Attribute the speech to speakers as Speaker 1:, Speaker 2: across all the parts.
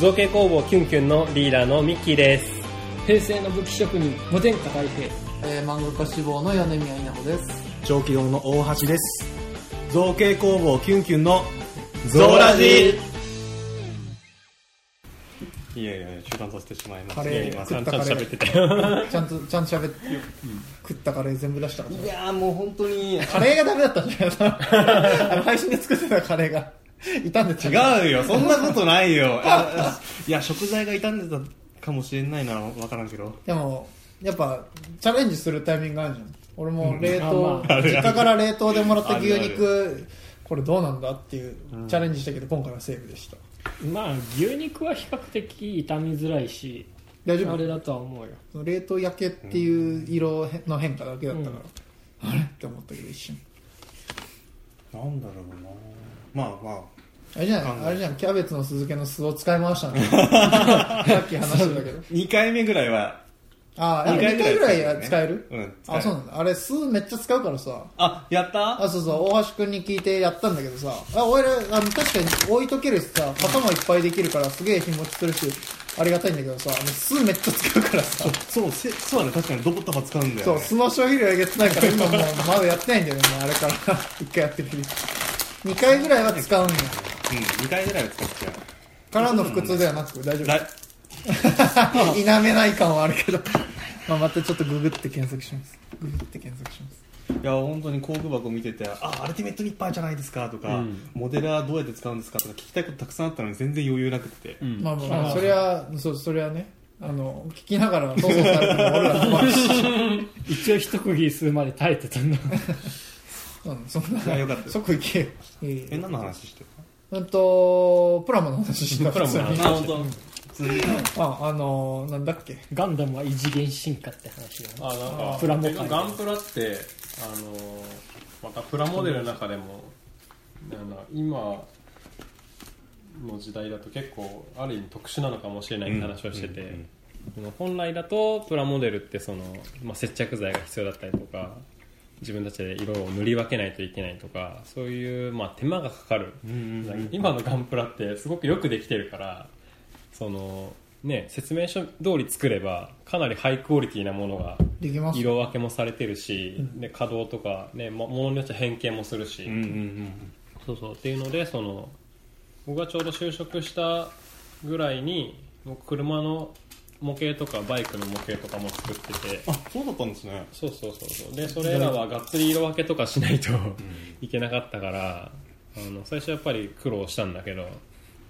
Speaker 1: 造形工房キュンキュンのリーダーのミッキーです。
Speaker 2: 平成の武器職人、無天下大平。
Speaker 3: えー、漫画家志望の米宮稲穂です。
Speaker 4: 長期堂の大橋です造形工房キュンキュンのゾーラジ
Speaker 1: いやいや、中断させてしまいま
Speaker 3: カ
Speaker 1: す。
Speaker 3: レー
Speaker 1: いや今ちゃんちゃんと
Speaker 3: 食っ
Speaker 1: 喋ってたよ。
Speaker 3: ちゃんと、ちゃんと喋って、食ったカレー全部出したから
Speaker 1: いやーもう本当に、
Speaker 3: カレーがダメだったんだよな。あの配信で作ってたカレーが、傷んでた。
Speaker 1: 違うよ、そんなことないよ。あいや、食材が傷んでたかもしれないな、わからんけど。
Speaker 3: でも、やっぱ、チャレンジするタイミングあるじゃん。俺も冷
Speaker 2: うん
Speaker 3: 凍
Speaker 2: あ、
Speaker 1: まあ
Speaker 3: 実家から冷凍でもらった牛
Speaker 1: ある
Speaker 3: 肉、これどうなんだっていう、チャレンジしたけど、今回はセーブでした。
Speaker 2: まあ、牛肉は比較的傷みづらいし、
Speaker 3: 大丈
Speaker 2: あれ
Speaker 3: 夫
Speaker 2: だとは思うよ。
Speaker 3: 冷凍焼けっていう色の変化だけだったから、あれって思ったけど、一瞬。
Speaker 1: なんだろうなまあまあ。
Speaker 3: あれじゃ
Speaker 1: わかん
Speaker 3: ん、
Speaker 1: ない
Speaker 3: あれじゃん、キャベツの酢漬けの酢を使い回 したんだよさっき話してたけど。
Speaker 1: 2回目ぐらいは、
Speaker 3: ああ、
Speaker 1: 二
Speaker 3: 2回
Speaker 1: 回
Speaker 3: ぐ
Speaker 1: ぐらい
Speaker 3: らいは使える
Speaker 1: うん使える
Speaker 3: あ、そうなんだ。あれ、酢めっちゃ使うからさ。
Speaker 1: あ、やった
Speaker 3: あ、そうそう、大橋くんに聞いてやったんだけどさ。あ、俺ら、あの、確かに置いとけるしさ、型もいっぱいできるからすげえ日持ちするし、ありがたいんだけどさ、あの酢めっちゃ使うからさ。
Speaker 1: そう、せそうだね、確かにドボッタバ使うんだよ、
Speaker 3: そう、
Speaker 1: ね。
Speaker 3: 酢の消費量えげつないから、今もうまだやってないんだよね、もうあれから。1回や ってるけど。2回ぐらいは使うんや。
Speaker 1: うん、2回ぐらいは使ってや
Speaker 3: からの腹痛ではなく、大丈夫
Speaker 1: る。。だ
Speaker 3: 否めない感はあるけど、 まあ、またちょっとググって検索しますググって検索します
Speaker 1: いや本当に工具箱見ててあアルティメットニッパーじゃないですかとか、モデラーどうやって使うんですかとか聞きたいことたくさんあったのに全然余裕なくて、
Speaker 3: まあまあまあそれはそうそれはねあの聞きながらそうそうされても俺ら困るし、
Speaker 2: 一応一区切りするまで耐えてたんだ。
Speaker 3: うん、そん
Speaker 1: いや
Speaker 3: な
Speaker 1: よかったです
Speaker 3: 即行けよい
Speaker 1: え
Speaker 3: え
Speaker 1: 何の話して
Speaker 3: うんとプラモの話し
Speaker 1: る
Speaker 3: た
Speaker 1: のプラモ
Speaker 3: 普
Speaker 1: の話
Speaker 3: 通に
Speaker 1: 本当普通に
Speaker 3: ああのなんだっけ
Speaker 2: ガンダムは異次元進化って話だ
Speaker 5: あ
Speaker 2: な。
Speaker 5: なんか
Speaker 2: プラモ界
Speaker 5: ガンプラってあのーまたプラモデルの中でもなんだ今の時代だと結構ある意味特殊なのかもしれないって話をしてて、その本来だとプラモデルってその、まあ、接着剤が必要だったりとか自分たちで色を塗り分けないといけないとかそういう、まあ、手間がかかる、今のガンプラってすごくよくできてるからその、ね、説明書通り作ればかなりハイクオリティなものが
Speaker 3: できます
Speaker 5: 色分けもされてるし、で可動とか、ね、もものによっては変形もするし、
Speaker 1: うんうん
Speaker 5: そうそうっていうのでその僕がちょうど就職したぐらいにもう車の模型とかバイクの模型とかも作ってて
Speaker 1: うんあそうだったんですね
Speaker 5: そうそうそうそうでそれらはがっつり色分けとかしないといけなかったからあの最初やっぱり苦労したんだけど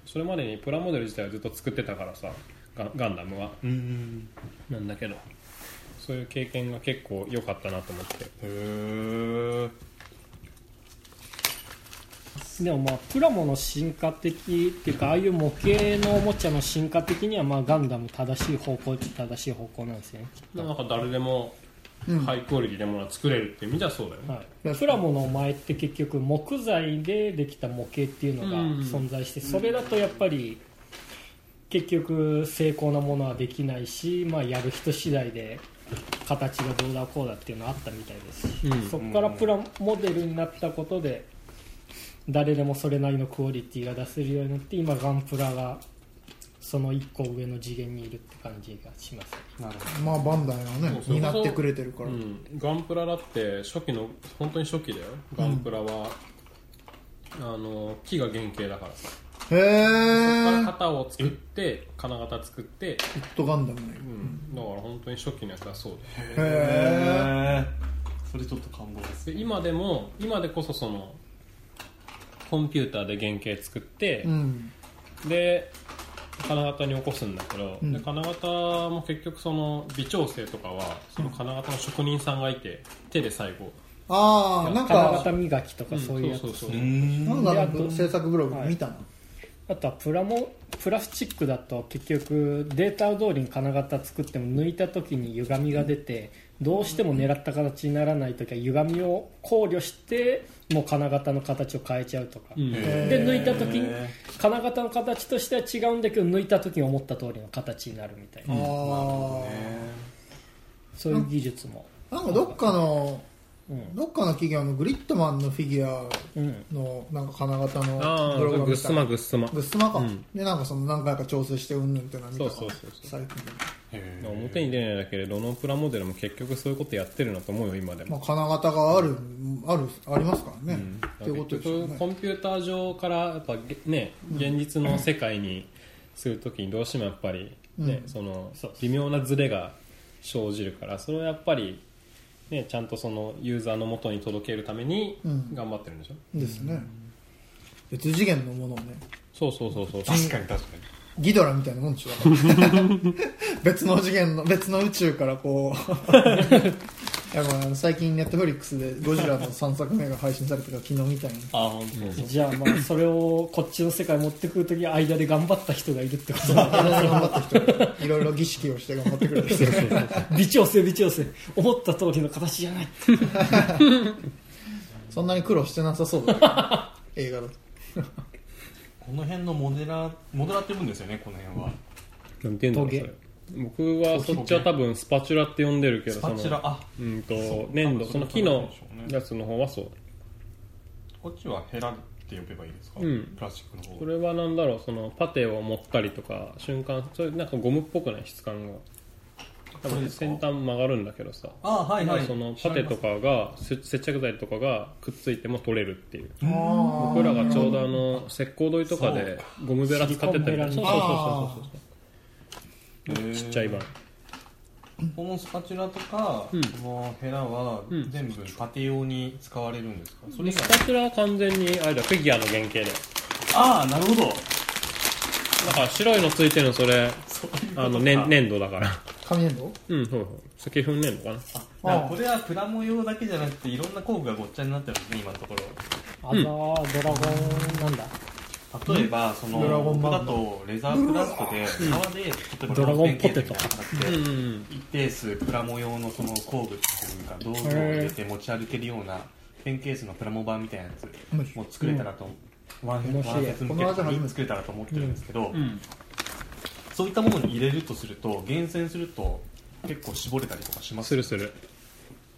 Speaker 5: それまでにプラモデル自体はずっと作ってたからさガガンダムは
Speaker 1: うんうん
Speaker 5: なんだけどそういう経験が結構良かったなと思って
Speaker 1: へえ
Speaker 2: でもまあ、プラモの進化的っていうか、ああいう模型のおもちゃの進化的には、まあ、ガンダム正しい方向っちゃ正しい方向なんですよね。
Speaker 5: なんか誰でもハイクオリティなものは作れるってみたらそうだよね、
Speaker 2: はい、プラモの前って結局木材でできた模型っていうのが
Speaker 5: うん
Speaker 2: 存在してそれだとやっぱり結局精巧なものはできないし、まあ、やる人次第で形がどうだこうだっていうのはあったみたいですし、
Speaker 5: うん
Speaker 2: そこからプラモデルになったことで誰でもそれなりのクオリティが出せるようになって今ガンプラがその1個上の次元にいるって感じがしますね
Speaker 1: なるほ
Speaker 3: まあバンダイはね
Speaker 5: そう
Speaker 3: 担ってくれてるから、
Speaker 5: うん、ガンプラだって初期の本当に初期だよガンプラは、あの木が原型だからさ
Speaker 3: へえ
Speaker 5: 型を作って金型作って、
Speaker 3: ピットガンダムね
Speaker 5: うん、だから本当に初期のやつはそうだよ
Speaker 3: へえ
Speaker 1: へえそれちょっと感動です
Speaker 5: で今でも今でこそそのコンピューターで原型作って、
Speaker 3: うん
Speaker 5: で金型に起こすんだけど、
Speaker 3: ん
Speaker 5: で金型も結局その微調整とかはその金型の職人さんがいて手で最後
Speaker 3: ああな
Speaker 2: 金
Speaker 3: んか
Speaker 2: 型磨きとかそういうやつ、
Speaker 5: そうそうそうう
Speaker 1: ーん
Speaker 3: なんだろう制作ブログ見たの、
Speaker 2: あとはプラモプラスチックだと結局データ通りに金型作っても抜いた時に歪みが出てどうしても狙った形にならない時は歪みを考慮してもう金型の形を変えちゃうとか、
Speaker 5: うん
Speaker 2: で抜いた時に金型の形としては違うんだけど抜いた時に思った通りの形になるみたいな、
Speaker 3: ああ
Speaker 2: そういう技術も
Speaker 3: なんかどっかの
Speaker 2: うん
Speaker 3: どっかの企業のグリッドマンのフィギュア
Speaker 2: うん
Speaker 3: のなんか金型の
Speaker 5: ああ
Speaker 3: ブログを
Speaker 5: グッ
Speaker 3: 見た
Speaker 5: スマグッスマ
Speaker 3: グッスマか、
Speaker 5: うん
Speaker 3: でなんかその何回か調整してうんぬんっていうのは見たか
Speaker 5: そうそうそうそう
Speaker 3: されてる
Speaker 1: へー
Speaker 5: 表に出ないだけでどのプラモデルも結局そういうことやってるなと思うよ今で
Speaker 3: まあ
Speaker 5: も、
Speaker 3: 金型があるあるありますからね、っていうこと
Speaker 5: 結
Speaker 3: ですよ
Speaker 5: 局コ
Speaker 3: ね
Speaker 5: ンピューター上からやっぱげね現実の世界にするときにどうしてもやっぱり、ね
Speaker 3: うん
Speaker 5: その微妙なズレが生じるからそれをやっぱり、ね、ちゃんとそのユーザーの元に届けるために
Speaker 3: うん
Speaker 5: 頑張ってるんでしょ、
Speaker 3: ですね別次元のものをね
Speaker 5: そうそうそうそう
Speaker 1: 確かに確かに
Speaker 3: ギドラみたいなもんでしょ 別の次元の別の宇宙からこう いやまあ最近ネットフリックスでゴジラの3作目が配信されたから昨日みたいに
Speaker 5: あ本当
Speaker 2: じゃあまあそれをこっちの世界持ってくるとき間で頑張った人がいるってことだ
Speaker 3: いろいろ頑張った人がいろいろ儀式をして頑張ってくれる人が
Speaker 2: 微調整微調整思った通りの形じゃない
Speaker 3: そんなに苦労してなさそうだね映画だと
Speaker 1: この辺のモデラーモデラーって呼ぶんですよねこの辺は
Speaker 5: なんていうんだろう
Speaker 2: トゲ
Speaker 5: それ僕はそっちは多分スパチュラって呼んでるけど
Speaker 1: スパチュラ
Speaker 5: その
Speaker 1: あ
Speaker 5: うんと粘土
Speaker 1: 多分
Speaker 5: その木の
Speaker 1: そうなんでしょうね
Speaker 5: やつの方はそう
Speaker 1: こっちはヘラって呼べばいいですか、
Speaker 5: うん
Speaker 1: プラスチックの方
Speaker 5: これはなんだろうそのパテを持ったりとか瞬間それなんかゴムっぽくない質感が多
Speaker 1: これ
Speaker 5: 分
Speaker 1: ですか
Speaker 5: 先端曲がるんだけどさ
Speaker 1: あはいはい
Speaker 5: そのパテとかがせ接着剤とかがくっついても取れるっていう
Speaker 3: あ
Speaker 5: 僕らがちょうどあの石膏土とかでゴムベラ使ってたりとか
Speaker 2: シ
Speaker 5: そ
Speaker 2: リ
Speaker 5: うそう
Speaker 2: コ
Speaker 3: ン
Speaker 5: そう
Speaker 3: ベラ
Speaker 5: そうそう
Speaker 1: へー
Speaker 5: ちっちゃい版
Speaker 1: このスパチュラとか、
Speaker 5: うん
Speaker 1: このヘラは
Speaker 5: うん
Speaker 1: 全部パテ用に使われるんですか、それ以
Speaker 5: ス
Speaker 1: 外
Speaker 5: パチュラは完全にあれだフィギュアの原型で
Speaker 1: ああなるほど
Speaker 5: だから白いのついてるのそれあの粘粘土だから
Speaker 3: 紙粘土
Speaker 5: うんそうそう石粉粘土かな
Speaker 1: だからこれはプラモ用だけじゃなくていろんな工具がごっちゃになってるんですね今のとこ
Speaker 2: あのドラゴンなんだ
Speaker 1: ろ例えばその
Speaker 3: ドラゴン
Speaker 1: 僕
Speaker 3: バンド
Speaker 1: だとレザークラフトで革で例えば
Speaker 2: ドラゴンポテト
Speaker 1: ロースペンケースみた
Speaker 5: う
Speaker 1: いなのを使って
Speaker 5: ん
Speaker 1: 一定数プラモ用のその工具っていうか道具を入れて持ち歩けるようなペンケースのプラモ版みたいなやつ
Speaker 3: 面
Speaker 1: もう作れたらと、ワンヘ
Speaker 2: 面
Speaker 1: ッド
Speaker 2: 白い
Speaker 1: ワンヘッド
Speaker 3: こ
Speaker 1: 向け
Speaker 3: の後初め
Speaker 1: に
Speaker 3: て
Speaker 1: 作れたらと思ってるんですけど、
Speaker 5: うん
Speaker 1: そういったものに入れるとすると厳選すると結構絞れたりとかします
Speaker 5: するする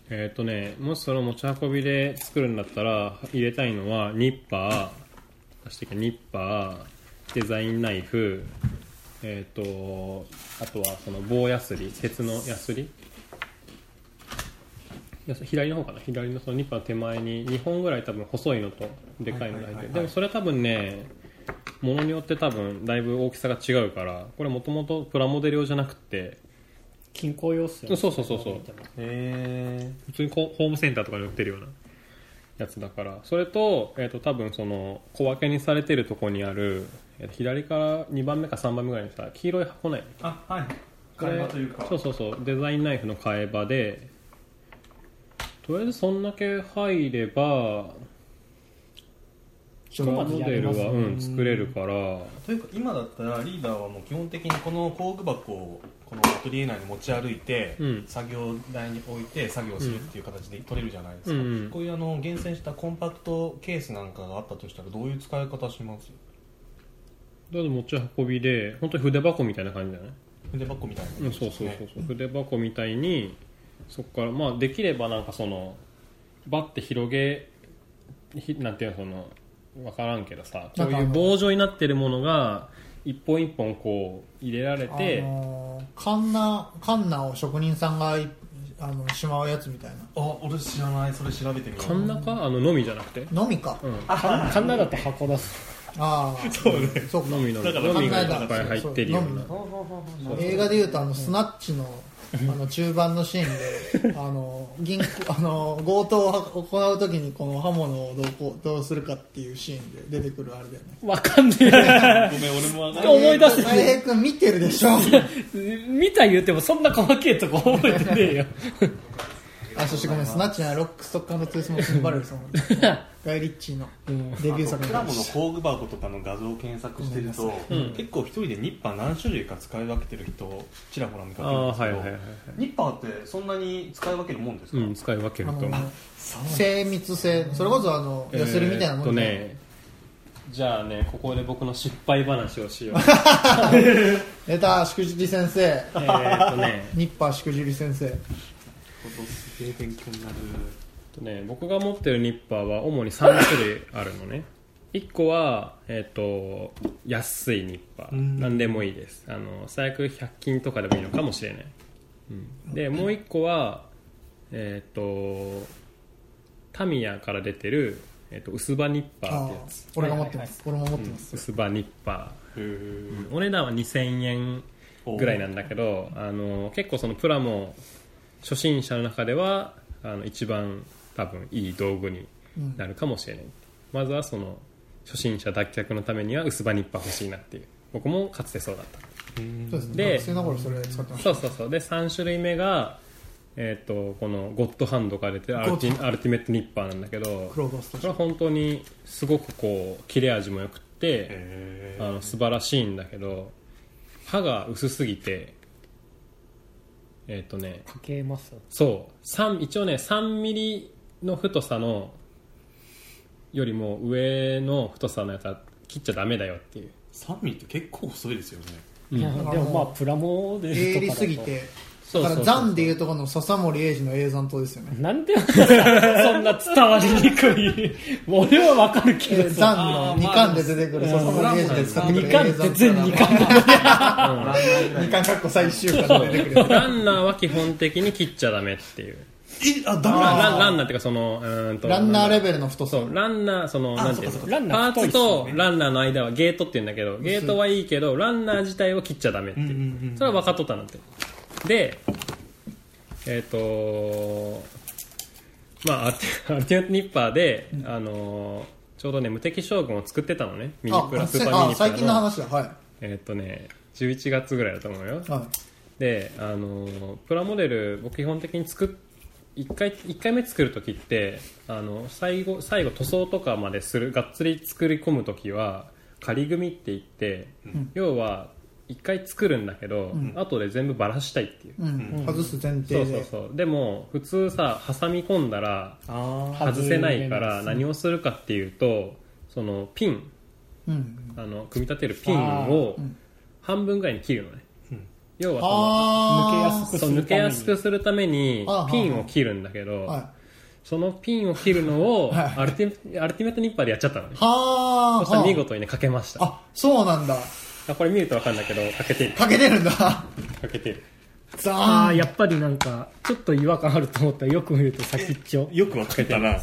Speaker 5: えっ、とねもしその持ち運びで作るんだったら入れたいのはニッパー確かニッパーデザインナイフえっ、とあとはその棒ヤスリ鉄のヤスリヤス左の方かな左のそのニッパーの手前に2本ぐらい多分細いのとでかいのが入
Speaker 1: はいはい
Speaker 5: って
Speaker 1: はいは
Speaker 5: る
Speaker 1: い
Speaker 5: でもそれは多分ねものによって多分だいぶ大きさが違うからこれもともとプラモデル用じゃなくて
Speaker 2: 均衡用っすよ、
Speaker 5: そうそうそうそう
Speaker 1: へ
Speaker 5: 普通にこうホームセンターとかで売ってるようなやつだからそれと,、えー、と多分その小分けにされてるとこにある、えーと左から2番目か3番目ぐらいにさ黄色い箱ない
Speaker 1: ーあはい
Speaker 5: これ
Speaker 1: 会話というか
Speaker 5: そうそうそうデザインナイフの替え場でとりあえずそんだけ入ればプ
Speaker 2: ひ
Speaker 5: ラ
Speaker 2: と
Speaker 5: モ
Speaker 2: まずや
Speaker 5: デ
Speaker 2: り
Speaker 5: ル
Speaker 2: ま
Speaker 5: は、
Speaker 2: すね
Speaker 5: うん、作れるから
Speaker 1: というか今だったらリーダーはもう基本的にこの工具箱をこのアトリエ内に持ち歩いて、
Speaker 5: うん
Speaker 1: 作業台に置いて作業するっていう形で取れるじゃないですか、
Speaker 5: うんうん
Speaker 1: こういうあの厳選したコンパクトケースなんかがあったとしたらどういう使い方します
Speaker 5: とりあえず持ち運びで本当に筆箱みたいな感じだね
Speaker 1: 筆箱みたいな
Speaker 5: う
Speaker 1: 感
Speaker 5: ん、
Speaker 1: じ
Speaker 5: そう
Speaker 1: です
Speaker 5: そう
Speaker 1: ね
Speaker 5: そうそう筆箱みたいにそこからまあできればなんかそのバッて広げひなんていうのその分からんけどさこう
Speaker 3: なんか
Speaker 5: い
Speaker 3: あ
Speaker 5: う
Speaker 3: の
Speaker 5: 棒状になってるものが一本一本こう入れられて、
Speaker 3: あのーカンナカンナを職人さんがいあのしまうやつみたい
Speaker 1: あ俺知らないそれ調べてみよ
Speaker 5: 真ん
Speaker 1: う
Speaker 5: 中あののみじゃなくて、
Speaker 3: なのみか、
Speaker 5: うん、
Speaker 2: カンカンナだと箱出す
Speaker 3: ああそうねそうか
Speaker 5: のみの
Speaker 1: だから
Speaker 5: のみがい
Speaker 3: 考え
Speaker 5: ったぱい入ってるような
Speaker 3: そうそう映画でいうとあのスナッチのあの中盤のシーン であの銀行あの強盗を行う時にこの刃物をどうこうどうするかっていうシーンで出てくるあれだよね
Speaker 2: わかんねえ
Speaker 1: ごめん俺もわかんない
Speaker 2: 思い出せ
Speaker 3: たい平君見てるで しょ
Speaker 2: 見た言うてもそんな細けえとこ覚えてねえよ
Speaker 3: あそしてごめんスナッチじゃないロックストッカーのツースモースバレルさんガイ・リッチーのデビュー作
Speaker 1: あと
Speaker 3: の
Speaker 1: プラモの工具箱とかの画像を検索してると、
Speaker 5: ん
Speaker 1: 結構一人でニッパー何種類か使い分けてる人をちらほら見か
Speaker 5: あ
Speaker 1: けるん
Speaker 5: あ
Speaker 1: ですけ
Speaker 5: はい
Speaker 1: ど、
Speaker 5: はいはいはい
Speaker 1: ニッパーってそんなに使い分けるもんですか、
Speaker 5: うん使い分けると
Speaker 3: あの精密性それこそあのヤスリみたいなもん
Speaker 5: えーっ
Speaker 3: で、
Speaker 5: とねじゃあねここで僕の失敗話を しよう
Speaker 3: 出たしくじり先生
Speaker 5: えーっとね
Speaker 3: ニッパーしくじり先生
Speaker 1: ことすげえ勉強になる
Speaker 5: とね、僕が持ってるニッパーは主に3種類あるのね1個は、えっと安いニッパー
Speaker 1: ん
Speaker 5: 何でもいいですあの最悪100均とかでもいいのかもしれない、うん、でもう1個はえっ、とタミヤから出てる、えっと薄刃ニッパー
Speaker 3: あ
Speaker 5: っ
Speaker 3: あ
Speaker 5: てやつ
Speaker 3: 俺が持ってます、俺も持ってます、
Speaker 5: 薄刃ニッパ
Speaker 1: へー
Speaker 5: ー、お値段は2000円ぐらいなんだけどあの結構そのプラモ初心者の中ではあの一番多分いい道具に
Speaker 3: うん
Speaker 5: なるかもしれない、まずはその初心者脱却のためには薄刃ニッパー欲しいなっていう僕もかつてそうだった
Speaker 3: そうですね
Speaker 5: で
Speaker 3: 学生の頃それ使ってまし
Speaker 5: そうそうそうで3種類目がえっ、とこのゴッドハンドから出てるアルテ
Speaker 3: ゴッ
Speaker 5: ィアルティメットニッパーなんだけど
Speaker 3: たクローバースト
Speaker 5: これ
Speaker 3: ー
Speaker 5: は本当にすごくこう切れ味もよくって、
Speaker 1: へー
Speaker 5: あの素晴らしいんだけど歯が薄すぎてえっ、とね
Speaker 2: かけます
Speaker 5: そう三一応ね3ミリの太さのよりも上の太さのやつは切っちゃダメだよって いう
Speaker 1: 三ミリって結構細いですよね
Speaker 5: うん
Speaker 2: いやでもまあプラモデルとか
Speaker 3: 営利
Speaker 2: だと
Speaker 3: すぎて
Speaker 5: そ
Speaker 3: だ
Speaker 5: う
Speaker 3: か
Speaker 5: そうそ
Speaker 3: ら
Speaker 5: う
Speaker 3: ザンでいうとこの笹森英二の永山島ですよね
Speaker 2: なんで私はそんな伝わりにくい俺はわかるけど
Speaker 3: ザ
Speaker 2: さ
Speaker 3: ンの2巻で出てくる笹森英二で使ってくる
Speaker 2: 2巻って全2巻だ
Speaker 3: 2巻かっこ最終巻で出てくる
Speaker 5: ランナーは基本的に切っちゃダメっていう
Speaker 1: えあダメ
Speaker 5: ラ
Speaker 1: なん
Speaker 5: ンランナーっていうかそのうーんと
Speaker 3: ランナーレベルの太さ
Speaker 5: そうランナーそのなんていうの
Speaker 2: ラン
Speaker 5: パ
Speaker 2: ナー
Speaker 5: ー
Speaker 2: 太い
Speaker 5: ツ
Speaker 2: っすよ
Speaker 5: とランナーの間はゲートって言うんだけどゲートはいいけどランナー自体を切っちゃダメって
Speaker 1: うんうんうん
Speaker 5: いううんそれは分かっとったなってでえっ、とまあアルティアルティメットニッパーで、あのちょうどね無敵将軍を作ってたのねミニ
Speaker 3: あ
Speaker 5: プラスーパーミ
Speaker 3: あ
Speaker 5: ニプラ
Speaker 3: 最近の
Speaker 5: の
Speaker 3: 話だはい
Speaker 5: えっ、とね11月ぐらいだと思うよ
Speaker 3: は
Speaker 5: であのプラモデル僕基本的に作っ1回一回目作る時ってあの最後最後塗装とかまでするがっつり作り込む時は仮組って言って、要は1回作るんだけど、後で全部バラしたいっていう、
Speaker 3: いうん外す前
Speaker 5: そ
Speaker 3: 提
Speaker 5: うそう
Speaker 3: で
Speaker 5: そうでも普通さ挟み込んだら
Speaker 1: あ
Speaker 5: 外せないから
Speaker 2: 外れます
Speaker 5: 何をするかっていうとそのピン
Speaker 3: うん
Speaker 5: あの組み立てるピンを
Speaker 3: あーうん
Speaker 5: 半分ぐらいに切るのね、
Speaker 1: うん
Speaker 5: 要はその
Speaker 2: 抜
Speaker 3: あ
Speaker 2: けやす
Speaker 5: そう抜けやすくするために
Speaker 3: ああ
Speaker 5: ピンを切るんだけど、
Speaker 3: はい
Speaker 5: そのピンを切るのを
Speaker 3: はい
Speaker 5: アルティアルティメットニッパーでやっちゃったのね
Speaker 3: はあ
Speaker 5: そしたら見事にねかけました
Speaker 3: あそうなんだ
Speaker 5: あこれ見ると分かるんだけどかけてる
Speaker 3: かけてる んだ
Speaker 5: かけてる
Speaker 3: ザ
Speaker 2: ああ
Speaker 3: ーン
Speaker 2: やっぱりなんかちょっと違和感あると思ったらよく見ると先っちょ
Speaker 1: ーよく分かったな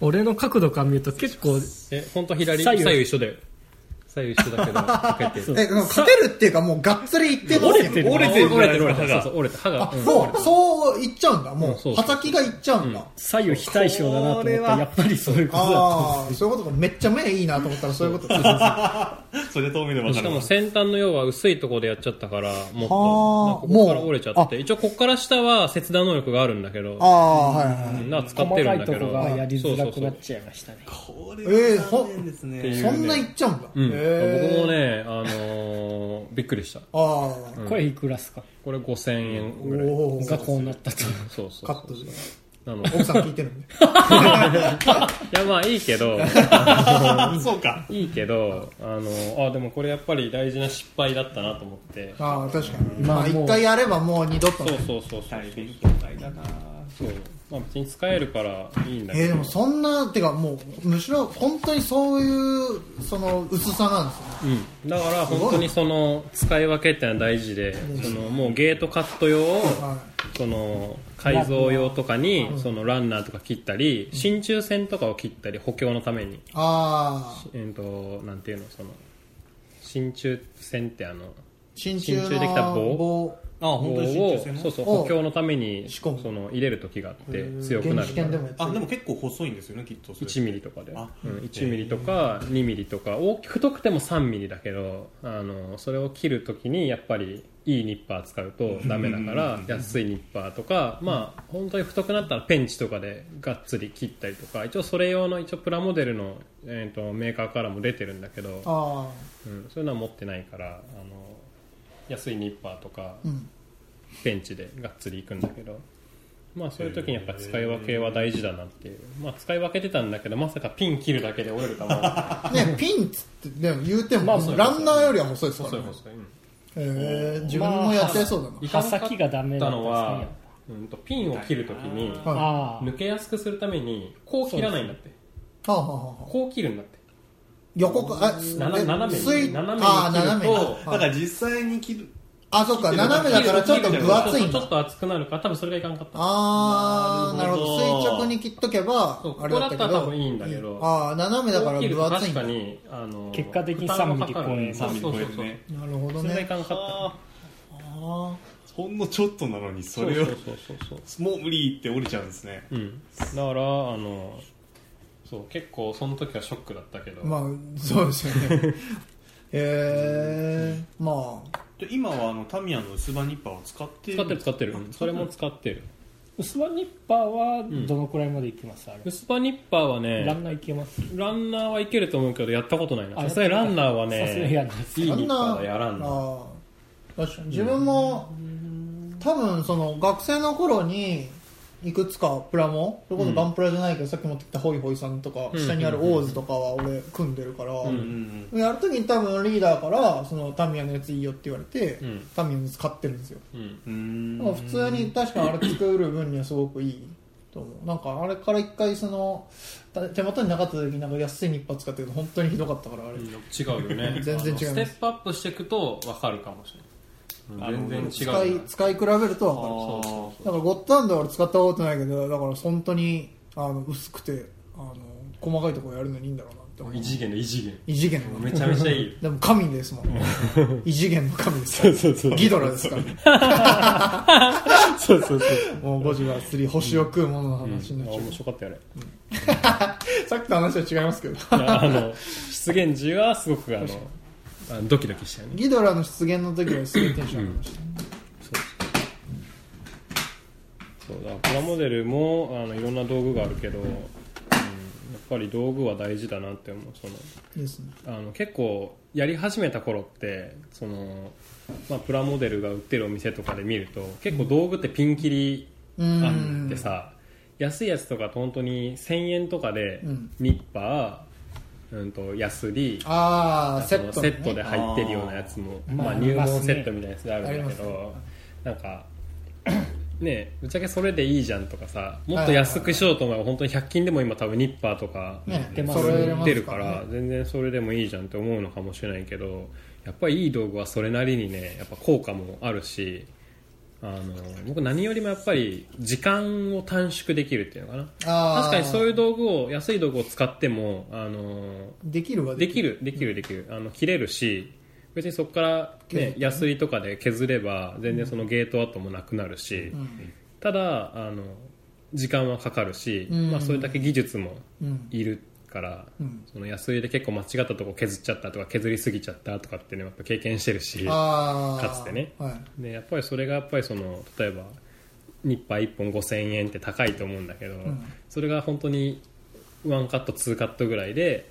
Speaker 2: 俺の角度から見ると結構
Speaker 5: え本当左
Speaker 2: 左
Speaker 5: 左
Speaker 2: 右
Speaker 5: 右一緒だよ左右一緒だけどかけてる
Speaker 3: えでもかけるっていうかもうがっつりいってますよ
Speaker 1: 折れてるじゃ
Speaker 5: 折
Speaker 1: ない
Speaker 5: れて
Speaker 1: です
Speaker 5: る
Speaker 1: か
Speaker 5: 折れて
Speaker 1: 歯
Speaker 5: るそうそう折
Speaker 1: が
Speaker 5: れて歯が
Speaker 3: あ
Speaker 5: うん
Speaker 3: そうそういっちゃうんだ
Speaker 5: う
Speaker 3: も
Speaker 5: んそう
Speaker 3: う
Speaker 5: そう
Speaker 3: 刃先がいっちゃうんだ
Speaker 2: 左右非対称だなと思ったらやっぱりそういうことだった
Speaker 3: ああそういうことかめっちゃ目いいなと思ったらそういうことだ
Speaker 1: それ遠目で分
Speaker 5: し
Speaker 1: か
Speaker 5: か
Speaker 1: る
Speaker 5: も先端の要は薄いところでやっちゃったからもっと
Speaker 3: はあ
Speaker 5: なんかここから
Speaker 3: もう
Speaker 5: 折れちゃって一応ここから下は切断能力があるんだけど
Speaker 3: ああはいは
Speaker 5: な使って
Speaker 2: 細
Speaker 5: る
Speaker 2: か
Speaker 5: ん
Speaker 2: い
Speaker 5: だ
Speaker 2: と
Speaker 5: け
Speaker 2: こ
Speaker 5: ど
Speaker 2: がやりづらく
Speaker 5: そう
Speaker 2: な
Speaker 5: そうそう
Speaker 2: っちゃいましたね
Speaker 1: これ
Speaker 3: えー
Speaker 1: は残念ですね
Speaker 5: ほ
Speaker 3: いそんないっちゃうんだ
Speaker 5: うん、
Speaker 3: へ
Speaker 5: 僕も
Speaker 3: え
Speaker 5: ね、あのーびっくりした
Speaker 3: あ
Speaker 2: これいくらっすか
Speaker 5: これ5000円
Speaker 3: あ
Speaker 5: ぐらい
Speaker 3: おお
Speaker 2: がこうなったと
Speaker 5: そうそう
Speaker 3: カットで
Speaker 5: なので
Speaker 3: 奥さん聞いてるんで
Speaker 5: いやまあいいけど
Speaker 1: あそうか
Speaker 5: いいけどあのーあでもこれやっぱり大事な失敗だったなと思って
Speaker 3: ああ確かに
Speaker 2: まあ
Speaker 3: まあ
Speaker 2: もう
Speaker 3: 一回やればもう二度と
Speaker 5: そうそうそうそう
Speaker 1: 大勉強会だな
Speaker 5: そうまあ別に使えるからいいんだ
Speaker 3: え
Speaker 5: け
Speaker 3: ー、で
Speaker 5: ど、
Speaker 3: もそんなてかもうむしろ本当にそういうその薄さなんですよね
Speaker 5: うん、だから本当にその使い分けってのは大事でそのもうゲートカット用を
Speaker 3: は
Speaker 5: その改造用とかにそのランナーとか切ったり真鍮線とかを切ったり補強のために
Speaker 3: ああ
Speaker 5: えっとなんていうのその真鍮線ってあの
Speaker 3: 真鍮の
Speaker 5: 真鍮できた棒
Speaker 1: あ本当に
Speaker 5: 棒
Speaker 1: 真
Speaker 5: を
Speaker 1: 鍮製
Speaker 5: そう
Speaker 1: の
Speaker 5: そう
Speaker 3: お
Speaker 5: 補強のために
Speaker 3: 仕
Speaker 5: そ
Speaker 3: 込む
Speaker 5: の入れる時があって強くな
Speaker 3: 原
Speaker 5: る
Speaker 3: 始圏でもやって
Speaker 1: あ
Speaker 3: る
Speaker 1: でも結構細いんですよねきっとそれ
Speaker 5: 1ミリとかで、
Speaker 1: あ
Speaker 5: うん、1ミリとか2ミリとか大きく太くても3ミリだけどあのそれを切る時にやっぱりいいニッパー使うとダメだから安いニッパーとかまあ本当に太くなったらペンチとかでがっつり切ったりとか一応それ用の一応プラモデルの、えー、とメーカーからも出てるんだけど、
Speaker 3: あ
Speaker 5: うん、そういうのは持ってないからあの安いニッパーとか
Speaker 3: あうん
Speaker 5: ベンチでがっつり行くんだけど、まあ、そういう時にやっぱ使い分けは大事だなっていう、まあ、使い分けてたんだけどまさかピン切るだけで折れるかも
Speaker 3: ねピンつってでも言うても、
Speaker 2: まあ
Speaker 3: ランナーよりは 細いですか
Speaker 5: 細
Speaker 3: ら
Speaker 5: い
Speaker 3: ね
Speaker 5: 細い、うん、
Speaker 3: えー、自分もやっちゃいそうだな、
Speaker 5: い
Speaker 2: 刃先がダメ
Speaker 5: た
Speaker 2: だったん
Speaker 5: のは
Speaker 2: で
Speaker 5: うんとピンを切るときに
Speaker 3: はい
Speaker 2: あ
Speaker 5: 抜けやすくするためにこう切らないんだって
Speaker 3: はあはあはあ
Speaker 5: こう切るんだって
Speaker 3: 横か、あ、す
Speaker 5: なな斜めに
Speaker 3: スイ
Speaker 5: 斜めに
Speaker 3: あー、
Speaker 5: 切る
Speaker 3: 斜め
Speaker 5: と
Speaker 1: だか
Speaker 3: はい
Speaker 1: ら実際に切る
Speaker 3: あ、そっか、斜めだからちょっと分厚いん
Speaker 5: ちょっ
Speaker 3: だ。
Speaker 5: と厚くなるから多分それがいかんかった
Speaker 3: あー、な
Speaker 1: なる
Speaker 3: る
Speaker 1: ほ
Speaker 3: ほ
Speaker 1: ど
Speaker 3: ど。垂直に切っとけば
Speaker 5: そう、
Speaker 3: あれだったけど。
Speaker 5: ここだったら多分いいんだけど
Speaker 3: あー、斜めだから
Speaker 5: こう切ると
Speaker 3: 分厚
Speaker 5: 確
Speaker 3: いんだ。
Speaker 5: か
Speaker 3: なる
Speaker 5: にあの
Speaker 2: 結果的に
Speaker 5: 負担がかか
Speaker 2: 3ミリ超える
Speaker 5: そう
Speaker 1: 3ミ
Speaker 5: そう
Speaker 1: リ超
Speaker 5: そう
Speaker 1: える
Speaker 5: そう
Speaker 1: ね
Speaker 3: ほど
Speaker 5: それがい
Speaker 3: ね。
Speaker 5: かんかった
Speaker 1: あ
Speaker 3: あ
Speaker 1: ーほんのちょっとなのにそれを
Speaker 5: そうそうそうそう
Speaker 1: もう無理って折れちゃうんですね
Speaker 5: うん、だからあのそう結構その時はショックだったけど、
Speaker 3: ーまあ、そうですよ ね。えー、まあ、
Speaker 1: で今はあのタミヤの薄刃ニッパーを使って
Speaker 5: 使ってる使ってる、
Speaker 1: あ
Speaker 5: それも使ってる
Speaker 2: 薄刃ニッパーはどのくらいまでいきます、あれ
Speaker 5: ウスパニッパーは
Speaker 2: ラ
Speaker 5: ね
Speaker 2: ンナーいけます
Speaker 5: ランナーはいけると思うけどやったことないな
Speaker 2: あ
Speaker 5: さすがにランナーは
Speaker 2: さすがにや
Speaker 5: ね
Speaker 2: んないです
Speaker 5: いい
Speaker 3: あ
Speaker 5: ニッ
Speaker 3: ん
Speaker 5: パー
Speaker 3: な
Speaker 5: はやらんの
Speaker 3: あー確かに。自分も、多分、その、学生の頃に、いくつかプラモそれこそガンプラじゃないけど、さっき持ってきたホイホイさんとか、
Speaker 5: うん
Speaker 3: 下にあるオーズとかは俺組んでるから、
Speaker 1: うんうん
Speaker 3: やるときに多分リーダーからそのタミヤのやついいよって言われて、
Speaker 5: うん
Speaker 3: タミヤのやつ買ってるんですよ、
Speaker 5: うん
Speaker 1: うんう
Speaker 3: だから普通に確かにあれ作る分にはすごくいいと思うなんかあれから一回そのた手元になかった時なんか安いニッパー使ってると本当にひどかったからあれ、
Speaker 5: うん違うよね
Speaker 3: 全然違います
Speaker 5: あのステップアップしていくと分かるかもしれない、
Speaker 1: うん
Speaker 5: 全
Speaker 3: 使
Speaker 5: 然違う
Speaker 3: い使い比べると
Speaker 1: あ
Speaker 3: は
Speaker 5: そうそう
Speaker 3: 分
Speaker 1: ー
Speaker 3: かるだからゴッドハンドは俺使ったことないけどだから本当にあの薄くてあの細かいところやるのにいいんだろうなって思う
Speaker 5: 異次元の異次元
Speaker 3: 異次元の
Speaker 5: めちゃめちゃい い
Speaker 3: でも神です もん異次元の神ですからギドラですから
Speaker 5: そうそうそう、
Speaker 3: もうゴジラ3星を食うものの話に
Speaker 5: あ
Speaker 3: なっちゃう、
Speaker 5: 面白かったよあれ
Speaker 3: さっきと話は違いますけど
Speaker 5: い やあの出現時はすごくあのあのドキドキしたよね
Speaker 3: ギドラの出現の時はすごいテンション上がりました、
Speaker 5: そうだプラモデルもあのいろんな道具があるけど、うん、やっぱり道具は大事だなって思うその
Speaker 3: いいですね
Speaker 5: あの結構やり始めた頃ってその、まあ、プラモデルが売ってるお店とかで見ると結構道具ってピンキリ
Speaker 3: う
Speaker 5: あ
Speaker 3: ん
Speaker 5: ってさ安いやつとか本当に1000円とかで
Speaker 3: うん
Speaker 5: ニッパー、うん、とヤスリ
Speaker 3: ああセ
Speaker 5: そ
Speaker 3: ッ
Speaker 5: の
Speaker 3: ト、
Speaker 5: セ
Speaker 3: ね、
Speaker 5: ットで入ってるようなやつも
Speaker 2: あー
Speaker 5: ま
Speaker 2: まあ
Speaker 5: あ、入
Speaker 2: ありま
Speaker 5: 門
Speaker 2: す
Speaker 5: セ
Speaker 2: ね
Speaker 5: ットみたいなやつであるんだけど、
Speaker 3: あり
Speaker 5: なんかねうっちゃけそれでいいじゃんとかさもっと安くしようと思えば本当に100均でも今多分ニッパーとか
Speaker 3: ね
Speaker 2: 出ます
Speaker 3: 揃えれ
Speaker 5: 売
Speaker 3: ま
Speaker 5: って
Speaker 3: す
Speaker 5: る
Speaker 3: か、
Speaker 5: からら
Speaker 3: ね、
Speaker 5: 全然それでもいいじゃんって思うのかもしれないけどやっぱりいい道具はそれなりにねやっぱ効果もあるしあの僕何よりもやっぱり時間を短縮できるっていうのかな
Speaker 3: あ
Speaker 5: 確かにそういうう道具を安い道具を使ってもあの
Speaker 3: できるは
Speaker 5: できるできるできるあの切れるし別にそこから、
Speaker 3: 削る
Speaker 5: ね、ヤスリとかで削れば全然そのゲート跡もなくなるし、
Speaker 3: うん
Speaker 5: ただあの時間はかかるし、
Speaker 3: うん
Speaker 5: まあ、それだけ技術も
Speaker 3: うん
Speaker 5: いるから、
Speaker 3: うん
Speaker 5: そのヤスリで結構間違ったとこ削っちゃったとか削りすぎちゃったとかっていうのはやっぱ経験してるし
Speaker 3: ああ
Speaker 5: かつてね
Speaker 3: はい
Speaker 5: でやっぱりそれがやっぱりその例えばニッパー1本5000円って高いと思うんだけど、
Speaker 3: ん
Speaker 5: それが本当に1カット2カットぐらいで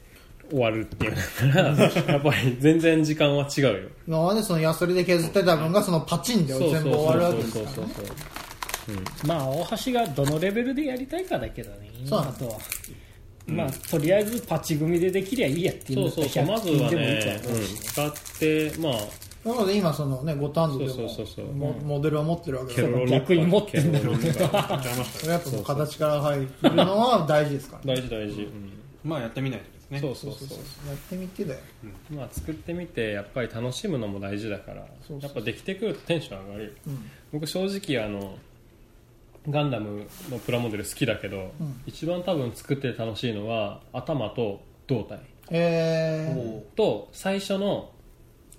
Speaker 5: 終わるっていうのだからやっぱり全然時間は違うよ
Speaker 3: 今までそのヤスリで削ってた分がそのパチンで全部終わるわけですから、ね、
Speaker 5: そうそう
Speaker 2: まあ大橋がどのレベルでやりたいかだけどね
Speaker 3: そう
Speaker 2: あとは、まあとりあえずパチ組でできりゃいいやってい
Speaker 5: そううん
Speaker 2: だった
Speaker 5: そう
Speaker 2: ら
Speaker 5: そうまず
Speaker 2: 100均
Speaker 5: は
Speaker 2: でもいいとは
Speaker 5: ね、
Speaker 2: 思
Speaker 5: う、
Speaker 2: うんし、
Speaker 5: 使ってまあ
Speaker 3: なので今そのねゴタンドでも
Speaker 5: そうそうそうそう
Speaker 3: モモデルは持ってるわけだ
Speaker 5: ケ
Speaker 3: か
Speaker 5: ロロニッパー
Speaker 2: 逆に持ってんだろう
Speaker 5: ケ
Speaker 2: け
Speaker 5: ロロニッパー
Speaker 2: ど
Speaker 3: らそれはやっぱ形から入るのは大事ですから、
Speaker 5: 大
Speaker 3: ね、
Speaker 5: 事大事、うん
Speaker 1: まあやってみないとですね
Speaker 5: そうそう
Speaker 3: そ
Speaker 5: そうう
Speaker 3: そうそうやってみてだよ
Speaker 5: まあ作ってみてやっぱり楽しむのも大事だから
Speaker 3: そうそうそ
Speaker 5: や
Speaker 3: う
Speaker 5: っぱできてくるとテンション上がるよ
Speaker 3: うん
Speaker 5: 僕正直あのガンダムのプラモデル好きだけど、
Speaker 3: うん
Speaker 5: 一番多分作ってて楽しいのは頭と胴体
Speaker 3: えー、
Speaker 5: と最初の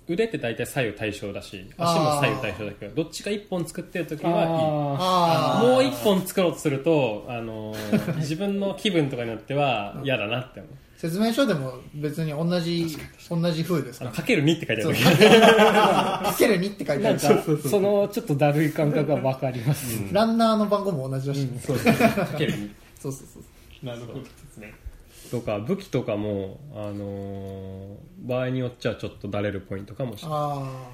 Speaker 5: 腕って大体左右対称だし足も左右対称だけどどっちか1本作ってる時はいい
Speaker 2: あ
Speaker 3: ああ
Speaker 5: もう1本作ろうとすると、あの ー自分の気分とかによっては嫌だなって思う
Speaker 3: 説明書でも別に同じ同じ風です
Speaker 5: あ
Speaker 3: か
Speaker 5: の
Speaker 3: ら
Speaker 5: かける2って書いてあ
Speaker 3: そう
Speaker 5: る
Speaker 3: かけるかける2って書い
Speaker 2: ー
Speaker 3: て
Speaker 2: な
Speaker 3: あ
Speaker 2: ん
Speaker 3: る
Speaker 2: かそのちょっとだるい感覚は分かります、
Speaker 3: ランナーの番号も同じらしい、そう
Speaker 5: かける2
Speaker 3: そうそうそう
Speaker 1: なるほどですね
Speaker 5: とか武器とかも、あのー場合によっちゃちょっとだれるポイントかもしれない
Speaker 3: あ